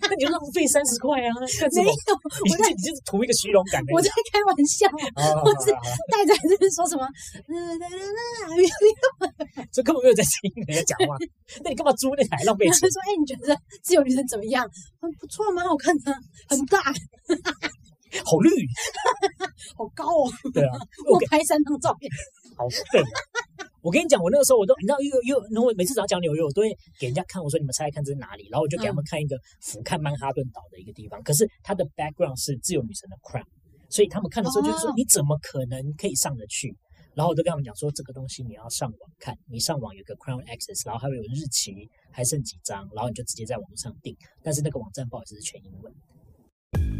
[SPEAKER 2] 那你就浪费三十块啊！干什
[SPEAKER 1] 没
[SPEAKER 2] 么？
[SPEAKER 1] 有，
[SPEAKER 2] 你
[SPEAKER 1] 我在
[SPEAKER 2] 这你就是图一个虚荣感而已。
[SPEAKER 1] 我在开玩笑，
[SPEAKER 2] 好好好
[SPEAKER 1] 我
[SPEAKER 2] 好
[SPEAKER 1] 是
[SPEAKER 2] 好
[SPEAKER 1] 戴在这边说什么？呃啦啦啦啦啦
[SPEAKER 2] 这根本没有在听人家讲话。那你干嘛租那台浪费
[SPEAKER 1] 然后
[SPEAKER 2] 钱
[SPEAKER 1] 就？ 说：“哎、你觉得自由女神怎么样？很不错，蛮好看的，很大，
[SPEAKER 2] 好绿，
[SPEAKER 1] 好高哦。
[SPEAKER 2] 对啊，
[SPEAKER 1] 我
[SPEAKER 2] OK
[SPEAKER 1] 拍三张照片，
[SPEAKER 2] 好笨。我跟你讲，我那个时候我都你知道，又又，然后我每次只要讲纽约，我都会给人家看，我说你们猜猜看这是哪里，然后我就给他
[SPEAKER 1] 嗯
[SPEAKER 2] 们看一个俯瞰曼哈顿岛的一个地方，可是它的 background 是自由女神的 crown，所以他们看的时候就是说、
[SPEAKER 1] 哦
[SPEAKER 2] 你怎么可能可以上得去？然后我都跟他们讲说，这个东西你要上网看，你上网有个 Crown Access，然后它会有日期，还剩几张，然后你就直接在网络上订。但是那个网站不好意思是全英文。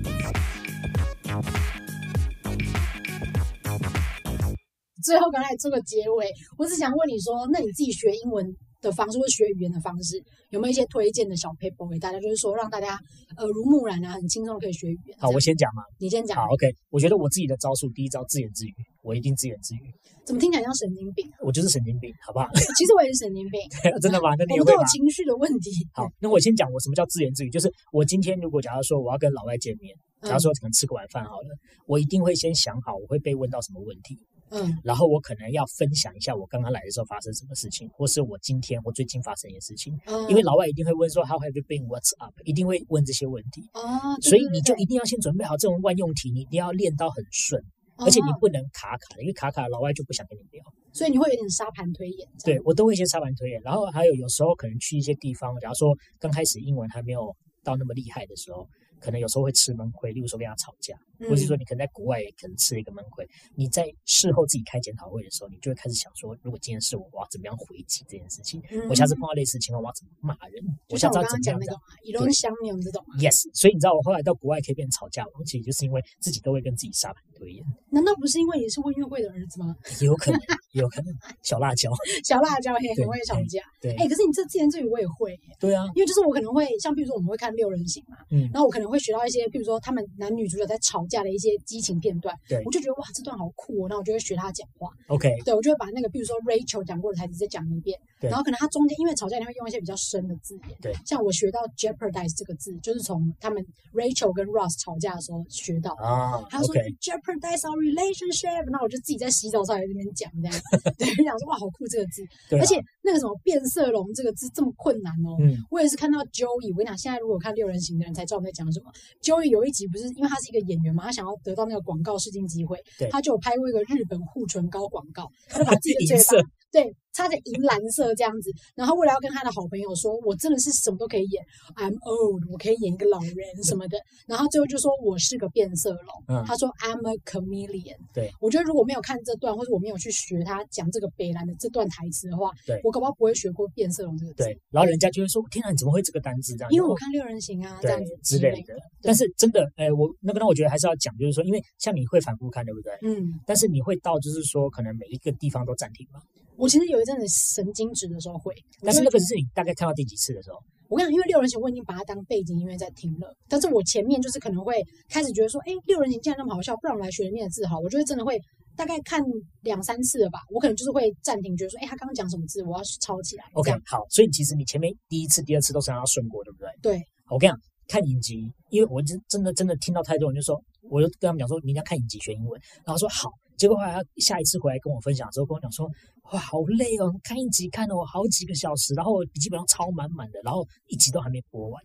[SPEAKER 1] 最后刚才做个结尾，我只想问你说，那你自己学英文的方式或者学语言的方式，有没有一些推荐的小 paper 给大家？就是说让大家耳濡目染啊，很轻松地可以学语言。
[SPEAKER 2] 好，我
[SPEAKER 1] 这样
[SPEAKER 2] 先讲嘛。
[SPEAKER 1] 你先讲
[SPEAKER 2] 好，，OK，我觉得我自己的招数，第一招自言自语，我一定自言自语，
[SPEAKER 1] 怎么听起来像神经病？
[SPEAKER 2] 我就是神经病，好不好？
[SPEAKER 1] 其实我也是神经病，
[SPEAKER 2] 真的吗？那你
[SPEAKER 1] 我
[SPEAKER 2] 也
[SPEAKER 1] 们都
[SPEAKER 2] 会
[SPEAKER 1] 有
[SPEAKER 2] 吗？
[SPEAKER 1] 情绪的问题。
[SPEAKER 2] 好，那我先讲我什么叫自言自语，就是我今天如果假如说我要跟老外见面，
[SPEAKER 1] 嗯，
[SPEAKER 2] 假如说可能吃个晚饭好了，我一定会先想好我会被问到什么问题，
[SPEAKER 1] 嗯，
[SPEAKER 2] 然后我可能要分享一下我刚刚来的时候发生什么事情，或是我今天我最近发生一些事情，
[SPEAKER 1] 嗯，
[SPEAKER 2] 因为老外一定会问说 How have you been? What's up? 一定会问这些问题，
[SPEAKER 1] 哦，对
[SPEAKER 2] 所以
[SPEAKER 1] 对
[SPEAKER 2] 你
[SPEAKER 1] 对
[SPEAKER 2] 就一定要先准备好这种万用题，你一定要练到很顺。
[SPEAKER 1] 对
[SPEAKER 2] 而且你
[SPEAKER 1] 哦
[SPEAKER 2] 不能卡卡的，因为卡卡老外就不想跟你聊。
[SPEAKER 1] 所以你会有点沙盘推演。这样
[SPEAKER 2] 对，我都会先沙盘推演，然后还有有时候可能去一些地方，假如说刚开始英文还没有到那么厉害的时候，可能有时候会吃闷亏，例如说跟他吵架，或是说
[SPEAKER 1] 嗯
[SPEAKER 2] 你可能在国外也可能吃了一个闷亏，你在事后自己开检讨会的时候，你就会开始想说，如果今天是我，我要怎么样回击这件事情？我下次碰到类似情况，我要怎么骂人？
[SPEAKER 1] 嗯就
[SPEAKER 2] 我
[SPEAKER 1] 像
[SPEAKER 2] 下
[SPEAKER 1] 我刚
[SPEAKER 2] 次要怎
[SPEAKER 1] 刚
[SPEAKER 2] 么
[SPEAKER 1] 讲
[SPEAKER 2] 样
[SPEAKER 1] 那
[SPEAKER 2] 的
[SPEAKER 1] 种啊，理论相你们这种啊，
[SPEAKER 2] ？Yes，所以你知道我后来到国外可以变成吵架王，其实就是因为自己都会跟自己沙盘推演，
[SPEAKER 1] 难道不是因为你是温月桂的儿子吗？
[SPEAKER 2] 也有可能，也有可能小辣椒，
[SPEAKER 1] 小辣椒也很
[SPEAKER 2] 对
[SPEAKER 1] 会吵架。
[SPEAKER 2] 对
[SPEAKER 1] 哎、可是你这自言自语我也会耶，
[SPEAKER 2] 对啊，
[SPEAKER 1] 因为就是我可能会像，比如说我们会看六人行嘛，
[SPEAKER 2] 嗯
[SPEAKER 1] 然后我可能会学到一些，比如说他们男女主角在吵架的一些激情片段，
[SPEAKER 2] 对
[SPEAKER 1] 我就觉得哇这段好酷哦，那我就会学他讲话，
[SPEAKER 2] ，OK，
[SPEAKER 1] 对我就会把那个比如说 Rachel 讲过的台词再讲一遍，
[SPEAKER 2] 对
[SPEAKER 1] 然后可能他中间因为吵架你会用一些比较深的字眼，
[SPEAKER 2] 对，
[SPEAKER 1] 像我学到 jeopardize 这个字，就是从他们 Rachel 跟 Ross 吵架的时候学到的
[SPEAKER 2] 啊
[SPEAKER 1] 他说
[SPEAKER 2] ，OK。
[SPEAKER 1] jeopardize our relationship，那我就自己在洗澡上来这边讲这 样，对，就想说哇好酷这个字，
[SPEAKER 2] 对啊
[SPEAKER 1] 而且那个什么变色龙这个字这么困难哦。
[SPEAKER 2] 嗯，
[SPEAKER 1] 我也是看到 Joey，我跟你讲，现在如果看六人行的人才知道我们在讲什么。Joey 有一集不是因为他是一个演员嘛，他想要得到那个广告试镜机会
[SPEAKER 2] 对，
[SPEAKER 1] 他就有拍过一个日本护唇膏广告，他就把自己的
[SPEAKER 2] 银
[SPEAKER 1] 嘴
[SPEAKER 2] 色
[SPEAKER 1] 巴对擦着银蓝色这样子，然后为了要跟他的好朋友说，我真的是什么都可以演，I'm old，我可以演一个老人什么的，然后最后就说我是个变色龙，
[SPEAKER 2] 嗯
[SPEAKER 1] 他说 I'm a chameleon。
[SPEAKER 2] 对，
[SPEAKER 1] 我觉得如果没有看这段，或者我没有去学他讲这个北兰的这段台词的话，
[SPEAKER 2] 对
[SPEAKER 1] 我搞不好不会学过变色龙这个字。
[SPEAKER 2] 对，然后人家就会说：“天啊，你怎么会这个单字这样？”
[SPEAKER 1] 因为
[SPEAKER 2] 然
[SPEAKER 1] 我
[SPEAKER 2] 后
[SPEAKER 1] 看六人行啊，这样
[SPEAKER 2] 对
[SPEAKER 1] 子
[SPEAKER 2] 之类的。但是真的，哎，我那个让我觉得还是要讲，就是说，因为像你会反复看，对不对？
[SPEAKER 1] 嗯，
[SPEAKER 2] 但是你会到就是说，可能每一个地方都暂停嘛。
[SPEAKER 1] 我其实有一阵子神经质的时候会，我
[SPEAKER 2] 但是
[SPEAKER 1] 就
[SPEAKER 2] 那
[SPEAKER 1] 会
[SPEAKER 2] 个是你大概看到第几次的时候，
[SPEAKER 1] 我跟你讲，因为六人行我已经把它当背景音乐在听了，但是我前面就是可能会开始觉得说，哎，六人行竟然那么好笑，不然我来学里面的字好，我就会真的会大概看两三次了吧，我可能就是会暂停，觉得说，哎，他刚刚讲什么字，我要去抄起来。
[SPEAKER 2] OK，
[SPEAKER 1] 这样
[SPEAKER 2] 好，所以其实你前面第一次、第二次都是让它顺过，对不对？
[SPEAKER 1] 对，
[SPEAKER 2] 我跟你讲，看影集，因为我真真的真的听到太多人就说，我就跟他们讲说，你一定要看影集学英文，然后说好，结果后来他下一次回来跟我分享的时候，跟我讲说，哇，好累哦，看一集看了我好几个小时，然后我笔记本上超满满的，然后一集都还没播完。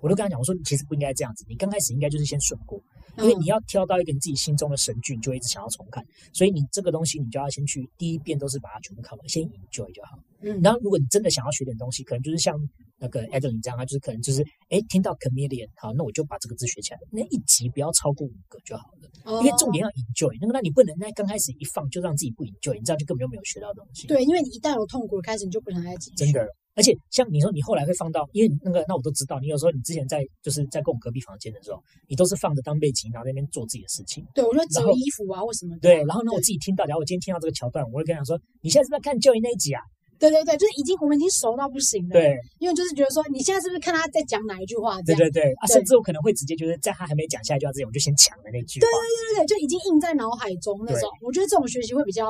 [SPEAKER 2] 我就跟他讲，我说你其实不应该这样子，你刚开始应该就是先顺过，因为
[SPEAKER 1] 嗯
[SPEAKER 2] 你要挑到一个你自己心中的神剧，你就会一直想要重看，所以你这个东西你就要先去第一遍都是把它全部看完，先 enjoy 就好。
[SPEAKER 1] 嗯，
[SPEAKER 2] 然后，如果你真的想要学点东西，可能就是像那个 Adeline 这样，他就是可能就是哎，听到 chameleon，好，那我就把这个字学起来。那一集不要超过五个就好了，
[SPEAKER 1] 哦
[SPEAKER 2] 因为重点要 enjoy。那个，那你不能在刚开始一放就让自己不 enjoy，你这样就根本就没有学到东西。，
[SPEAKER 1] 对，因为你一旦有痛苦了开始，你就不想再继续。
[SPEAKER 2] 真的，而且像你说，你后来会放到，因为那个，那我都知道，你有时候你之前在就是在跟我隔壁房间的时候，你都是放着当背景，然后在那边做自己的事情。
[SPEAKER 1] 对，我就
[SPEAKER 2] 然
[SPEAKER 1] 折
[SPEAKER 2] 后
[SPEAKER 1] 衣服啊，或什么的。
[SPEAKER 2] 对，然后呢，我
[SPEAKER 1] 对
[SPEAKER 2] 自己听到，然后我今天听到这个桥段，我会跟他说，你现在是不是在看旧 y 那一集啊？
[SPEAKER 1] 对对对，就是已经我们已经熟到不行了。，
[SPEAKER 2] 对，
[SPEAKER 1] 因为就是觉得说，你现在是不是看他在讲哪一句话这样？
[SPEAKER 2] 对对对，啊，
[SPEAKER 1] 对
[SPEAKER 2] 甚至我可能会直接就是在他还没讲下一句话之前，我就先抢了那句
[SPEAKER 1] 对
[SPEAKER 2] 话。
[SPEAKER 1] 对对，就已经印在脑海中那种。我觉得这种学习会比较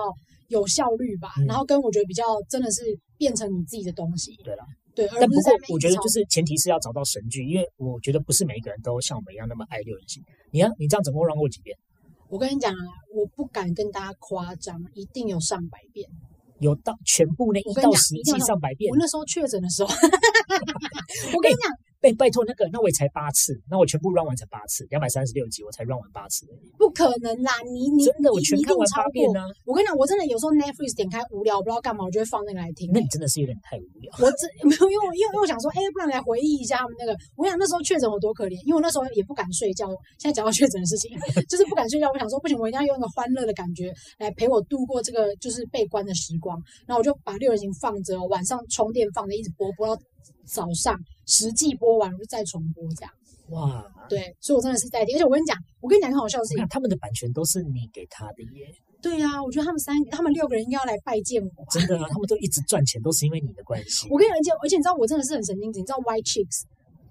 [SPEAKER 1] 有效率吧，
[SPEAKER 2] 嗯
[SPEAKER 1] 然后跟我觉得比较真的是变成你自己的东西。
[SPEAKER 2] 对啦，
[SPEAKER 1] 对，而
[SPEAKER 2] 但
[SPEAKER 1] 不是
[SPEAKER 2] 不过
[SPEAKER 1] 在那边
[SPEAKER 2] 我觉得
[SPEAKER 1] 一直
[SPEAKER 2] 就是前提是要找到神剧，因为我觉得不是每一个人都像我们一样那么爱六人行。你看、你这样总共让过几遍？
[SPEAKER 1] 吵我跟你讲啊，我不敢跟大家夸张，一定有上百遍。
[SPEAKER 2] 有到全部那一
[SPEAKER 1] 我跟你
[SPEAKER 2] 到
[SPEAKER 1] 讲
[SPEAKER 2] 十
[SPEAKER 1] 一定
[SPEAKER 2] 季
[SPEAKER 1] 要
[SPEAKER 2] 上百遍
[SPEAKER 1] 我，那时候确诊的 时候，我跟你讲，
[SPEAKER 2] 拜拜托那个，那我也才八次，那我全部 run 完才八次，两百三十六集我才 run 完八次而已，
[SPEAKER 1] 不可能啦，你你
[SPEAKER 2] 真的我
[SPEAKER 1] 你
[SPEAKER 2] 全
[SPEAKER 1] 你一
[SPEAKER 2] 看
[SPEAKER 1] 定
[SPEAKER 2] 完
[SPEAKER 1] 超
[SPEAKER 2] 八
[SPEAKER 1] 过
[SPEAKER 2] 遍呢、
[SPEAKER 1] 我跟你讲，我真的有时候 Netflix 点开无聊，不知道干嘛，我就会放那个来听。欸
[SPEAKER 2] 那你真的是有点太无聊。
[SPEAKER 1] 我这 没有，因为我因为我想说，哎、不然来回忆一下他们那个。我想那时候确诊我多可怜，因为我那时候也不敢睡觉。现在讲到确诊的事情， 就是不敢睡觉。我想说，不行，我一定要用一个欢乐的感觉来陪我度过这个就是被关的时光。然后我就把六人行放着，晚上充电放着，一直播播到早上，实际播完我就再重播这样。
[SPEAKER 2] 哇，
[SPEAKER 1] 对，所以我真的是在听。而且我跟你讲，我跟你讲一个很好笑的事情
[SPEAKER 2] 你 看。他们的版权都是你给他的耶，
[SPEAKER 1] 对呀、我觉得他们三个，他们六个人应该要来拜见我。
[SPEAKER 2] 真的啊，他们都一直赚钱都是因为你的关系。
[SPEAKER 1] 我跟你讲，而且而且你知道我真的是很神经质，你知道 White Chicks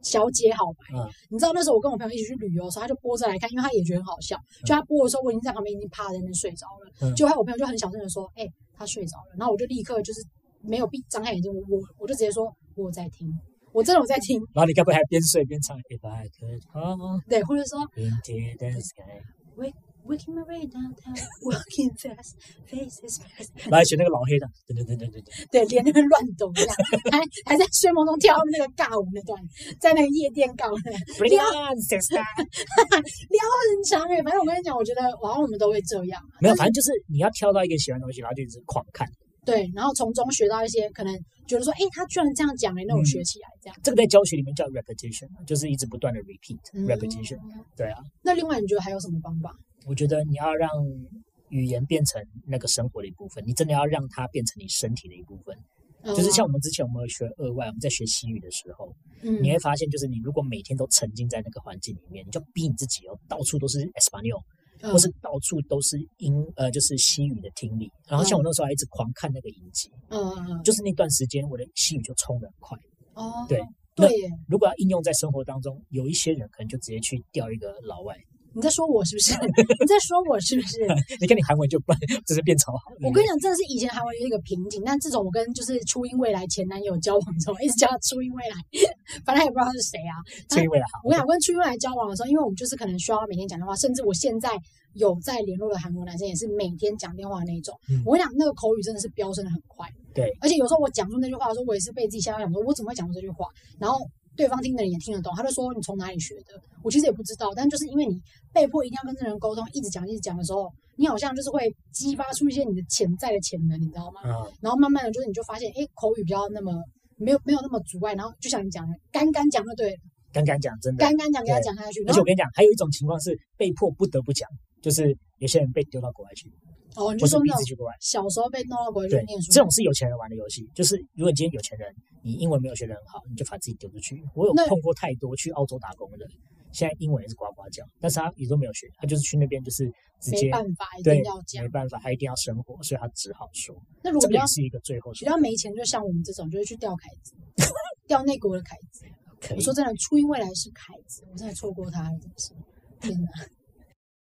[SPEAKER 1] 小姐好白，
[SPEAKER 2] 嗯
[SPEAKER 1] 你知道那时候我跟我朋友一起去旅游的时候，他就播着来看，因为他也觉得很好笑。就他播的时候，我已经在旁边已经趴在那边睡着了，
[SPEAKER 2] 嗯
[SPEAKER 1] 就害我朋友就很小声的说：“哎、他睡着了。”然后我就立刻就是没有闭张开眼睛，我我我就直接说：“我有在听，我真的有在听。
[SPEAKER 2] 然后你该不会还边睡边唱 If I could hold ”
[SPEAKER 1] 对，或者说
[SPEAKER 2] into the sky，
[SPEAKER 1] “Waking my way downtown, walking fast, faces fast”，
[SPEAKER 2] 然后选那个老黑的，对对对对 对对，
[SPEAKER 1] 对，连那边乱抖一样，还还在睡梦中跳他们那个尬舞那段，在那个夜店尬舞那段。
[SPEAKER 2] Bring on sister。
[SPEAKER 1] 很长哎、反正我跟你讲，我觉得好像我们都会这样啊。
[SPEAKER 2] 没有，
[SPEAKER 1] 但
[SPEAKER 2] 反
[SPEAKER 1] 是
[SPEAKER 2] 正就是你要挑到一个喜欢的东西，然后就一直狂看。
[SPEAKER 1] 对，然后从中学到一些可能觉得说，哎、他居然这样讲哎、
[SPEAKER 2] 嗯
[SPEAKER 1] 那我学起来这样。
[SPEAKER 2] 这个在教学里面叫 repetition，就是一直不断的 repeat
[SPEAKER 1] 嗯
[SPEAKER 2] repetition。对啊，
[SPEAKER 1] 那另外你觉得还有什么方法？
[SPEAKER 2] 我觉得你要让语言变成那个生活的一部分，你真的要让它变成你身体的一部分。
[SPEAKER 1] 哦呃
[SPEAKER 2] 就是像我们之前我们有学额外，我们在学西语的时候，
[SPEAKER 1] 嗯
[SPEAKER 2] 你会发现，就是你如果每天都沉浸在那个环境里面，你就逼你自己哦，到处都是 Espanol，
[SPEAKER 1] 嗯
[SPEAKER 2] 或是到处都是英呃就是西语的听力。然后像我那时候还一直狂看那个影集，
[SPEAKER 1] 嗯嗯嗯
[SPEAKER 2] 就是那段时间我的西语就冲得很快。
[SPEAKER 1] 哦
[SPEAKER 2] 对那
[SPEAKER 1] 对耶，
[SPEAKER 2] 如果要应用在生活当中，有一些人可能就直接去钓一个老外，
[SPEAKER 1] 你在说我是不 是？你在说我是不 是？
[SPEAKER 2] 你看你韩文就不 只是变超好。
[SPEAKER 1] 我跟你讲，真的是以前韩文有一个瓶颈，但自从我跟就是初音未来前男友交往之后，一直叫他初音未来， 反正也不知道他是谁啊。
[SPEAKER 2] 崔未来好，
[SPEAKER 1] 我跟你讲，跟初音未来交往的时候，因为我们就是可能需要每天讲电话，甚至我现在有在联络的韩国男生也是每天讲电话那一种。
[SPEAKER 2] 嗯
[SPEAKER 1] 我跟你讲，那个口语真的是飙升的很快。
[SPEAKER 2] 对，
[SPEAKER 1] 而且有时候我讲出那句话的时候，我也是被自己吓到，想说我怎么会讲出这句话？然后对方听的人也听得懂，他就说你从哪里学的？我其实也不知道，但就是因为你被迫一定要跟这个人沟通，一直讲一直讲的时候，你好像就是会激发出一些你的潜在的潜能，你知道吗？
[SPEAKER 2] 啊、
[SPEAKER 1] 然后慢慢的，就是你就发现，哎，口语比较那么没有没有那么阻碍，然后就像你讲的，干干讲就对了。
[SPEAKER 2] 刚刚讲真的，
[SPEAKER 1] 干干讲给他讲下去，
[SPEAKER 2] 而
[SPEAKER 1] 然后
[SPEAKER 2] 且我跟你讲，还有一种情况是被迫不得不讲，就是有些人被丢到国外去，
[SPEAKER 1] 哦，你就
[SPEAKER 2] 或
[SPEAKER 1] 是说
[SPEAKER 2] 逼
[SPEAKER 1] 那
[SPEAKER 2] 自
[SPEAKER 1] 种
[SPEAKER 2] 己去国外。
[SPEAKER 1] 小时候被弄到国外去
[SPEAKER 2] 对
[SPEAKER 1] 念，书，
[SPEAKER 2] 这种是有钱人玩的游戏，就是如果你今天有钱人，你英文没有学得很好，你就把自己丢出去。我有
[SPEAKER 1] 那
[SPEAKER 2] 碰过太多去澳洲打工的人，现在英文也是呱呱叫，但是他也都没有学，他就是去那边就是直
[SPEAKER 1] 没
[SPEAKER 2] 接
[SPEAKER 1] 办法，一
[SPEAKER 2] 对
[SPEAKER 1] 定要讲
[SPEAKER 2] 没。办法，他一定要生活，所以他只好说。
[SPEAKER 1] 那如果
[SPEAKER 2] 这
[SPEAKER 1] 比
[SPEAKER 2] 个
[SPEAKER 1] 较
[SPEAKER 2] 也是一个最后
[SPEAKER 1] 比
[SPEAKER 2] 手
[SPEAKER 1] 较没钱，就像我们这种，就是去钓凯 子，钓那国的凯子。
[SPEAKER 2] 可以
[SPEAKER 1] 我说真的，初音未来是凯子，我真的错过他了，真的 是天哪！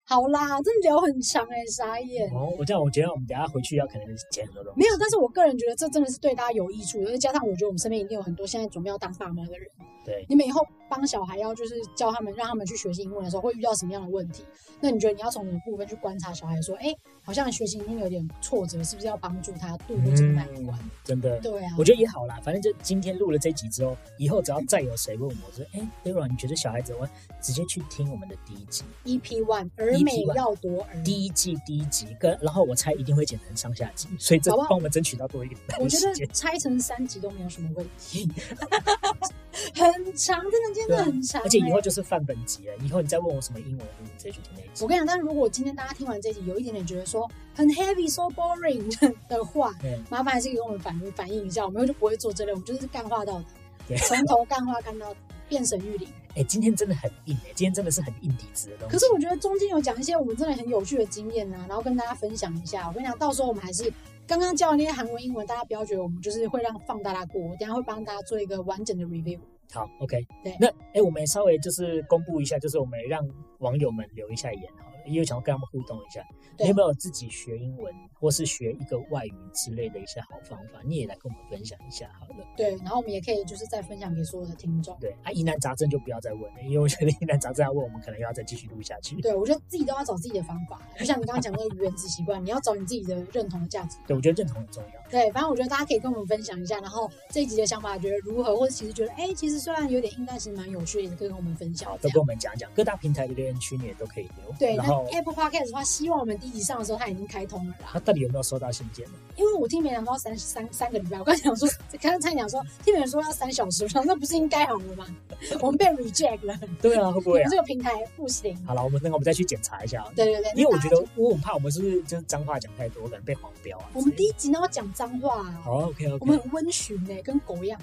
[SPEAKER 1] 好啦，真的聊很长哎、傻眼。
[SPEAKER 2] 哦，我这样，我觉得我们等一下回去要可能捡很多东西。
[SPEAKER 1] 没有，但是我个人觉得这真的是对大家有益处的，再加上我觉得我们身边一定有很多现在准备要当爸妈的人，
[SPEAKER 2] 对，
[SPEAKER 1] 你们以后帮小孩要就是教他们，让他们去学习英文的时候，会遇到什么样的问题？那你觉得你要从哪个部分去观察小孩？说，哎、好像学习已经有点挫折，是不是要帮助他度过这个难关？
[SPEAKER 2] 嗯，真的，
[SPEAKER 1] 对啊，
[SPEAKER 2] 我觉得也好啦。反正就今天录了这集之后，以后只要再有谁问我说，哎 d a r o n 你觉得小孩子玩，直接去听我们的第一集，
[SPEAKER 1] EP，E One 儿
[SPEAKER 2] EP
[SPEAKER 1] 美
[SPEAKER 2] E one
[SPEAKER 1] 要夺儿。
[SPEAKER 2] 第一季第一集跟，然后我猜一定会剪成上下集，所以这
[SPEAKER 1] 好不好
[SPEAKER 2] 帮我们争取到多一点
[SPEAKER 1] 我觉
[SPEAKER 2] 时间
[SPEAKER 1] 得。拆成三集都没有什么问题， 很长，真的真
[SPEAKER 2] 对
[SPEAKER 1] 的
[SPEAKER 2] 啊
[SPEAKER 1] 很长欸、
[SPEAKER 2] 而且以后就是范本级了，以后你再问我什么英文，我就直接去听那一集
[SPEAKER 1] 我。跟你讲，但如果今天大家听完这集有一点点觉得说很 heavy、so boring 的话，
[SPEAKER 2] 嗯
[SPEAKER 1] 麻烦还是给我们反反映一下，我们就不会做这类，我们就是干话到底
[SPEAKER 2] 对，
[SPEAKER 1] 从头干话干到底变神玉灵。
[SPEAKER 2] 哎、今天真的很硬哎、今天真的是很硬底子的东西。
[SPEAKER 1] 可是我觉得中间有讲一些我们真的很有趣的经验啊，然后跟大家分享一下。我跟你讲，到时候我们还是刚刚教的那些韩文、英文，大家不要觉得我们就是会让放大家过，我等一下会帮大家做一个完整的 review。
[SPEAKER 2] 好，OK，
[SPEAKER 1] 对
[SPEAKER 2] 那哎、我们也稍微就是公布一下，就是我们也让网友们留一下言好了，因为想要跟他们互动一下。
[SPEAKER 1] 对
[SPEAKER 2] 你有没有自己学英文或是学一个外语之类的一些好方法？你也来跟我们分享一下好了。
[SPEAKER 1] 对，然后我们也可以就是再分享给所有的听众。
[SPEAKER 2] 对啊，疑难杂症就不要再问了，因为我觉得疑难杂症要问，我们可能又要再继续录下去。
[SPEAKER 1] 对，我觉得自己都要找自己的方法，就像你刚刚讲的那个原子习惯，你要找你自己的认同的价值。
[SPEAKER 2] 对，我觉得认同很重要。
[SPEAKER 1] 对，反正我觉得大家可以跟我们分享一下，然后这一集的想法觉得如何，或者其实觉得哎、其实虽然有点硬，但其实蛮有趣的，也可以跟我们分享。这
[SPEAKER 2] 都
[SPEAKER 1] 样
[SPEAKER 2] 跟我们讲讲，各大平台的留言区你也都可以留。
[SPEAKER 1] 对，那
[SPEAKER 2] 然
[SPEAKER 1] 哎
[SPEAKER 2] 后
[SPEAKER 1] Apple Podcast 的话，希望我们第一集上的时候它已经开通了啦。
[SPEAKER 2] 他到底有没有收到信件呢？
[SPEAKER 1] 因为我听别人说三三三个礼拜，我刚想说， 刚刚才讲说听别人说要三小时，我想那不是应该好了吗？ 我们被 reject 了，
[SPEAKER 2] 对啊，会不
[SPEAKER 1] 我
[SPEAKER 2] 会
[SPEAKER 1] 们
[SPEAKER 2] 啊？
[SPEAKER 1] 这个平台不行。
[SPEAKER 2] 好了，我们那个我们再去检查一下好了。
[SPEAKER 1] 对对对，
[SPEAKER 2] 因为
[SPEAKER 1] 那
[SPEAKER 2] 我
[SPEAKER 1] 大
[SPEAKER 2] 觉
[SPEAKER 1] 家
[SPEAKER 2] 得
[SPEAKER 1] 就
[SPEAKER 2] 我很怕我们是不是就是脏话讲太多，可能被黄标啊之类的。
[SPEAKER 1] 我们第一集呢要讲脏话、啊，
[SPEAKER 2] 好 OK
[SPEAKER 1] 我
[SPEAKER 2] OK，
[SPEAKER 1] 们很温驯哎、跟狗一样。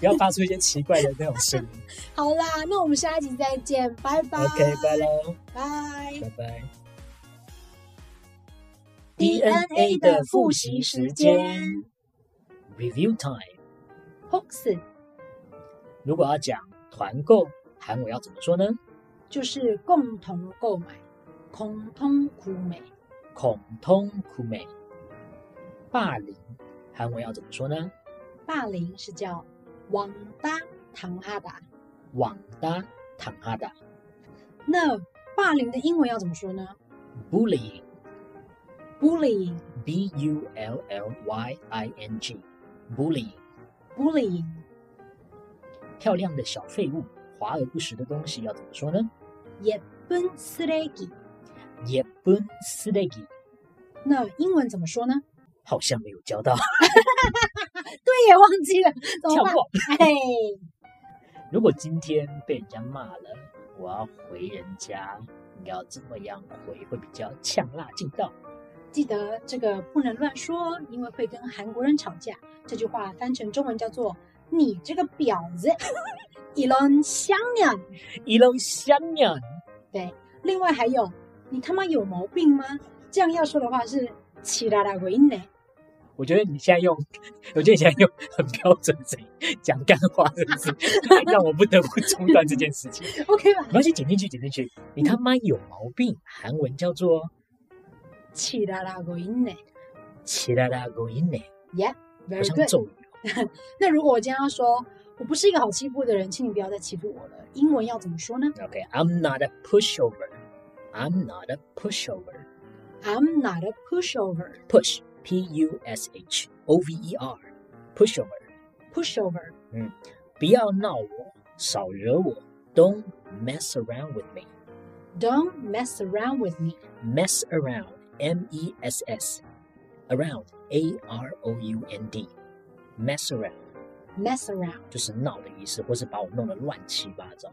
[SPEAKER 2] 不要发出一些奇怪的那种声音。
[SPEAKER 1] 好啦，那我们下一集再见， 拜拜。
[SPEAKER 2] OK，拜喽，
[SPEAKER 1] 拜。
[SPEAKER 2] 拜拜。
[SPEAKER 1] DNA 的复习时间
[SPEAKER 2] ，Review Time。
[SPEAKER 1] Hooks
[SPEAKER 2] 如果要讲团购，韩文要怎么说呢？
[SPEAKER 1] 就是共同购买，共同구매，
[SPEAKER 2] 孔通苦美。霸凌，韩文要怎么说呢？
[SPEAKER 1] 霸凌是叫왕따당하다。
[SPEAKER 2] 网搭躺哈的
[SPEAKER 1] 那霸凌的英文要怎么说呢
[SPEAKER 2] bullying。
[SPEAKER 1] ？bullying
[SPEAKER 2] B U L L Y I N G，bullying，
[SPEAKER 1] bullying
[SPEAKER 2] 漂亮的小废物，华而不实的东西要怎么说呢？
[SPEAKER 1] 예쁜쓰레기。
[SPEAKER 2] 也不쓰레기，
[SPEAKER 1] 那英文怎么说呢？
[SPEAKER 2] 好像没有教到，
[SPEAKER 1] 对耶，忘记了，怎
[SPEAKER 2] 跳
[SPEAKER 1] 么办？
[SPEAKER 2] 过。
[SPEAKER 1] 哎，
[SPEAKER 2] 如果今天被人家骂了，我要回人家，你要怎么样回会比较呛辣劲道？
[SPEAKER 1] 记得这个不能乱说，因为会跟韩国人吵架。这句话翻成中文叫做“你这个婊 子”，이런쌍년。
[SPEAKER 2] 一龙香呀，
[SPEAKER 1] 另外还有，你他妈有毛病吗？这样要说的话是“起啦啦为呢
[SPEAKER 2] 我觉得你现在用， 我觉得你现在用很标准的讲干话，是不是？让我不得不中断这件事情。”
[SPEAKER 1] ，OK 吧
[SPEAKER 2] 没？关系，剪进去，剪进去。你他妈有毛病！韩文叫做
[SPEAKER 1] 起啦啦为呢
[SPEAKER 2] “奇拉拉狗音” 呢，好
[SPEAKER 1] ，Yeah，very
[SPEAKER 2] 像
[SPEAKER 1] good。
[SPEAKER 2] 咒语。
[SPEAKER 1] 那如果我今天要说我不是一个好欺负的人，请你不要再欺负我了，英文要怎么说呢
[SPEAKER 2] OK，I'm not a pushover. I'm not a pushover.
[SPEAKER 1] ？I'm not a pushover.
[SPEAKER 2] Push, P U S H O V E R, pushover.
[SPEAKER 1] Pushover.
[SPEAKER 2] 不要闹我，少惹我。Don't mess around with me.
[SPEAKER 1] Don't mess around with me.
[SPEAKER 2] Mess around, M E S S, around, A R O U N D. Mess around
[SPEAKER 1] Mess around.
[SPEAKER 2] 就是闹的意思，或是把我弄得乱七八糟。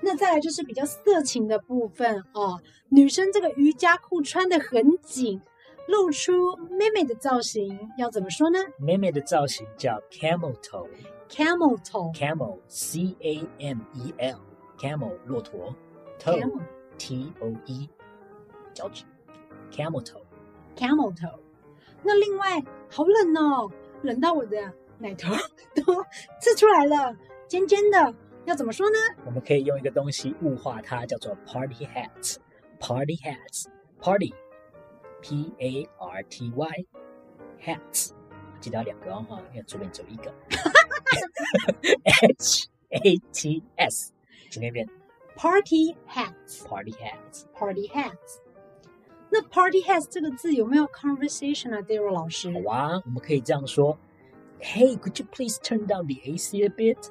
[SPEAKER 1] 那再来就是比较色情的部分哦，女生这个瑜伽裤穿得很紧，露出妹妹的造型，要怎么说呢
[SPEAKER 2] 妹妹的造型叫 camel toe。
[SPEAKER 1] ？Camel toe.
[SPEAKER 2] Camel, C A M E L, camel 骆驼
[SPEAKER 1] Camel
[SPEAKER 2] ，toe, T O E 脚趾，camel toe。
[SPEAKER 1] camel toe。那另外，好冷哦，冷到我的奶头都刺出来了，尖尖的，要怎么说呢
[SPEAKER 2] 我们可以用一个东西物化它，叫做 party hats, party hats, party, P A R T Y, hats，记得要两个哦，哈因为左边只有一个。H A T S，请念一遍
[SPEAKER 1] ？Party hats,
[SPEAKER 2] party hats。
[SPEAKER 1] party hats。那 party hats 这个字有没有 conversation 啊，Daryl 老师
[SPEAKER 2] 好啊，我们可以这样说：Hey, could you please turn down the AC a bit?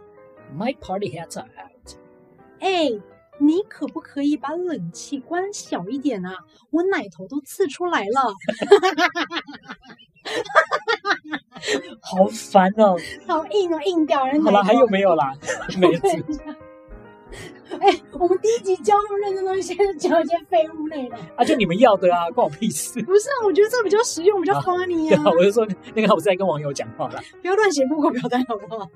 [SPEAKER 2] My party hats are out.
[SPEAKER 1] 哎，你可不可以把冷气关小一点啊？我奶头都刺出来了。
[SPEAKER 2] 好烦哦。
[SPEAKER 1] 好硬哦，硬掉人。
[SPEAKER 2] 好了，还有？没有 啦？没有。
[SPEAKER 1] 哎、我们第一集教那么认真的东西，现在教一些废物内容。
[SPEAKER 2] 啊，就你们要的啊，关我屁事。
[SPEAKER 1] 不是啊，我觉得这比较实用，比较
[SPEAKER 2] 啊
[SPEAKER 1] funny
[SPEAKER 2] 对
[SPEAKER 1] 啊
[SPEAKER 2] 啊，。我就说那个我是在跟网友讲话啦。
[SPEAKER 1] 不要乱写 Google 表单好不好？